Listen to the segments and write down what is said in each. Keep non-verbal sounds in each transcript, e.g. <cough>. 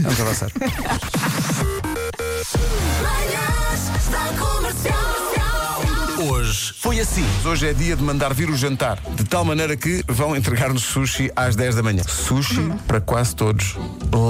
Vamos avançar. Manhãs da Comercial. Hoje foi assim. Hoje é dia de mandar vir o jantar, de tal maneira que vão entregar-nos sushi às 10 da manhã. Sushi para quase todos,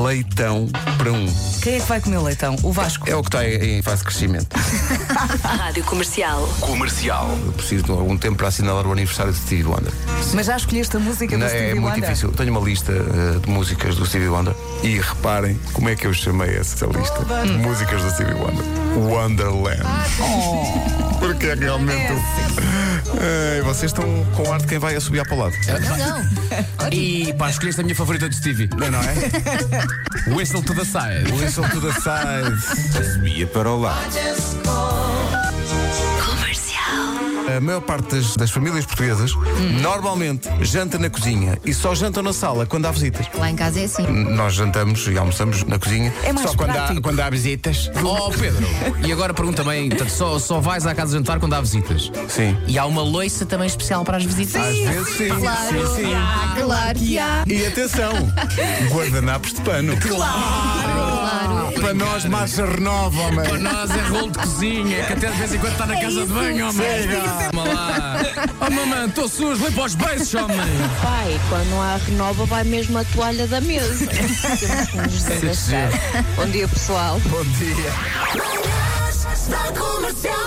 leitão para um. Quem é que vai comer o leitão? O Vasco. É o que está em fase de crescimento. <laughs> Rádio Comercial. Comercial. Eu preciso de algum tempo para assinalar o aniversário de Stevie Wonder. Mas já escolheste a música do Não, Stevie é muito Wonder? difícil. Tenho uma lista eh, de músicas do Stevie Wonder e reparem como é que eu chamei essa lista. Hum. Músicas do Stevie Wonder. Wonderland. Oh. Porque é realmente. um- Ei, vocês estão com ar de quem vai a subir para o lado. É, E pá, escolheste a minha favorita de Stevie. Não, não é? Whistle to the side. Whistle to the side. Subia para o lado. A maior parte das, das famílias portuguesas Hum. normalmente janta na cozinha e só jantam na sala quando há visitas. Lá em casa é assim. N- Nós jantamos e almoçamos na cozinha É mais só quando há, prático. quando há visitas. Oh, Pedro. E agora pergunta bem: portanto, só, só vais à casa jantar quando há visitas? Sim. E há uma loiça também especial para as visitas? Às vezes sim. Claro. Sim, sim. Claro que há. E atenção, guardanapos de pano. Claro! Para nós, massa renova, Para homem. nós é rolo de cozinha, que até de vez em quando está na casa de banho, homem. Toma lá. Oh, mamãe, estou sujo, limpa os beijos, homem. Pai, quando há renova, vai mesmo a toalha da mesa. Temos que nos desgastar. Bom dia, pessoal. Bom dia. Manhãs da Comercial.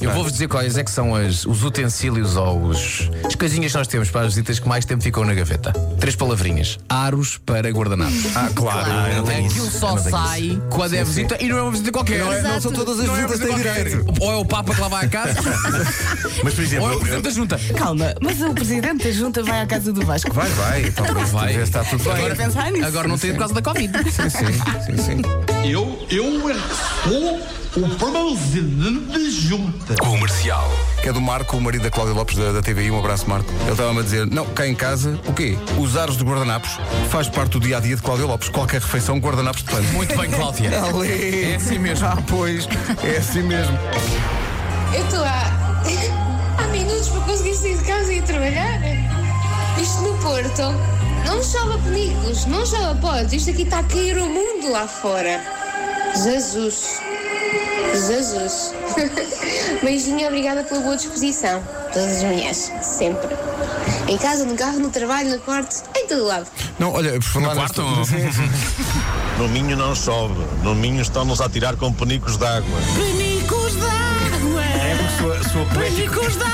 Eu vou-vos dizer quais é que são as- os utensílios ou os, as coisinhas que nós temos para as visitas que mais tempo ficam na gaveta. Três palavrinhas. Aros para guardanapos. Ah, claro. não tenho Aquilo isso. só Eu não tenho sai isso. quando é visita e não é uma visita qualquer. Não, é, não são Exato. todas as Não é uma visitas que têm visita direito. qualquer. Ou é o Papa que lá vai à casa, <laughs> Mas, por ou exemplo, é o Presidente da Junta. Calma, mas o presidente da junta vai à casa do Vasco. Vai, vai. Então, Vai. Está tudo Agora, bem. pensar nisso. agora não tem por causa <laughs> da Covid. Sim, sim, sim, sim. Eu, eu é que sou o presidente da junta. Comercial. Que é do Marco, o marido da Cláudia Lopes da, da TVI. Um abraço, Marco. Ele estava-me a dizer: não, cá em casa, o quê? Os aros de guardanapos faz parte do dia a dia de Cláudia Lopes. Qualquer refeição, guardanapos de pano. Muito bem, Cláudia. Ali. É assim mesmo. Ah, pois, é assim mesmo. Eu estou há, há minutos para conseguir sair de casa e ir trabalhar. Isto no Porto não chove a penicos, não chove a podes. Isto aqui está a cair o mundo lá fora. Jesus. Jesus. <laughs> Beijinho, obrigada pela boa disposição. Todas as manhãs, sempre. Em casa, no carro, no trabalho, no quarto, em todo lado. Não, olha, por falar. quarto? nesta- Sim, sim. No Minho não chove, no Minho estão-nos a tirar com panicos d'água. Panicos d'água. É Sua, sua Panicos d'água.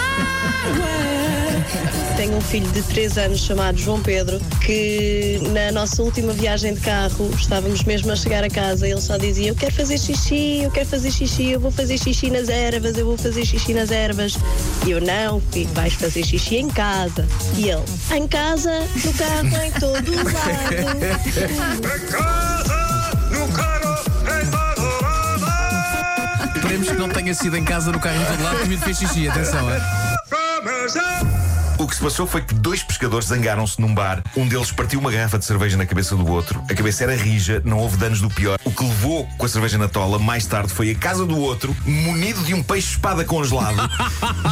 Tenho um filho de 3 anos chamado João Pedro que na nossa última viagem de carro estávamos mesmo a chegar a casa e ele só dizia eu quero fazer xixi, eu quero fazer xixi, eu vou fazer xixi nas ervas, eu vou fazer xixi nas ervas. E eu não, filho, vais fazer xixi em casa. E ele, em casa, no carro, em todo o lado. Esperemos que não tenha sido em casa no carro em todo lado que me fez xixi. Atenção, é. O que se passou foi que dois pescadores zangaram-se num bar. Um deles partiu uma garrafa de cerveja na cabeça do outro. A cabeça era rija, não houve danos do pior. O que levou com a cerveja na tola mais tarde foi a casa do outro, munido de um peixe-espada congelado,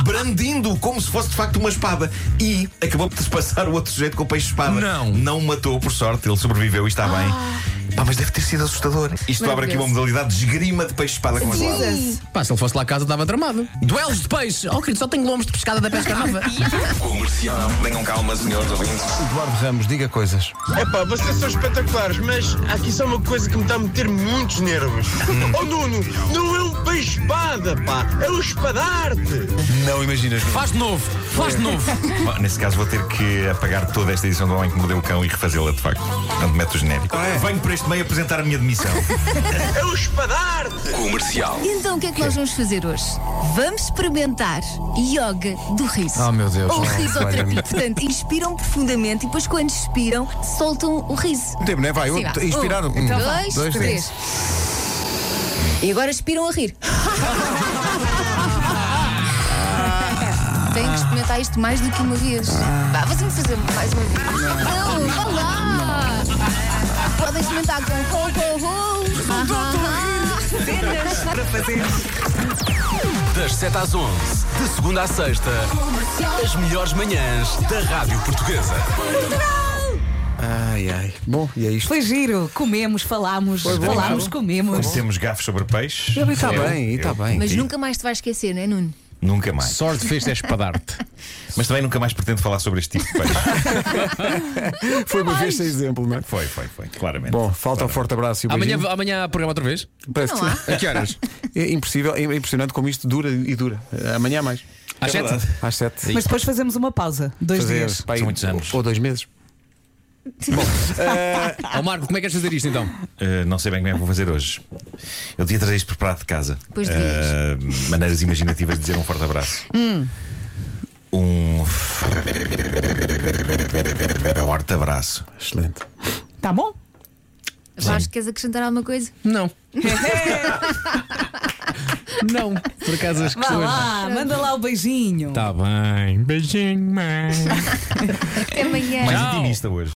brandindo-o como se fosse de facto uma espada. E acabou de se passar o outro sujeito com o peixe-espada. Não. Ah. Não o matou, por sorte, ele sobreviveu e está bem. Pá, mas deve ter sido assustador. Isto abre aqui uma modalidade de esgrima de peixe-espada congelado. Jesus. Pá, se ele fosse lá a casa, estava tramado. Duelos de peixe. Oh, querido, só tenho lombos de pescada da pesca nova. Comercial. Tenham calma, senhores ouvintes. Eduardo Ramos, diga coisas. Epá, vocês são espetaculares, mas há aqui só uma coisa que me está a meter muitos nervos. Hum. oh Nuno, não é um peixe-espada, pá, é um espadarte. Não imaginas. Faz de novo. Faz de novo. <laughs> Bom, nesse caso vou ter que apagar toda esta edição do Homem que Mordeu o Cão e refazê-la de facto. Portanto, mete o genérico. Venho por este meio apresentar a minha demissão. É um espadarte. Então o que é que nós vamos fazer hoje? Vamos experimentar yoga do riso. Oh, meu Deus. Ou Oh, risoterapia. Portanto, inspiram profundamente e depois quando expiram, soltam o riso. Tempo, não é? Vai, eu- Sim, vá. inspirar. Um, Um, dois, três. E agora expiram a rir. <laughs> Tenho que experimentar isto mais do que uma vez. Vá, você me fazer mais uma vez. Não, vá lá. Podem experimentar com com com com. Ah, ah, ah. Das 7 às 11, de segunda à sexta, as melhores manhãs da Rádio Portuguesa. Ai, ai. Bom, e é isto. Foi giro. Comemos, falámos, Foi bom. falámos, comemos. Conhecemos gafos sobre peixe. E está Eu, Tá bem, e está eu. bem. Mas E nunca mais te vais esquecer, não é, Nuno? Nunca mais. Sorte fez é espadarte. Mas também nunca mais pretendo falar sobre este tipo de <laughs> peixe. Foi uma vez sem exemplo, não é? Foi, foi, foi. Claramente. Bom, falta um forte abraço e um Amanhã, beijinho. amanhã há programa outra vez? Parece que sim. A que horas? É impossível, é impressionante como isto dura e dura. Amanhã há mais. Às sete? verdade. Às sete. Mas depois fazemos uma pausa. Dois Fazer, dias. pá, aí, São muitos anos. Ou dois meses. eh, Ó Marco, como é que queres fazer isto então? Uh, não sei bem como é que vou fazer hoje. Eu devia trazer isto preparado de casa. Pois Uh, devias. maneiras imaginativas de dizer um forte abraço. Um forte abraço. Excelente. Tá bom? Vasco, queres acrescentar alguma coisa? Não. não, por acaso as Vá questões. lá, manda lá o beijinho. Tá bem. Beijinho, mãe. Até amanhã. Mais intimista hoje.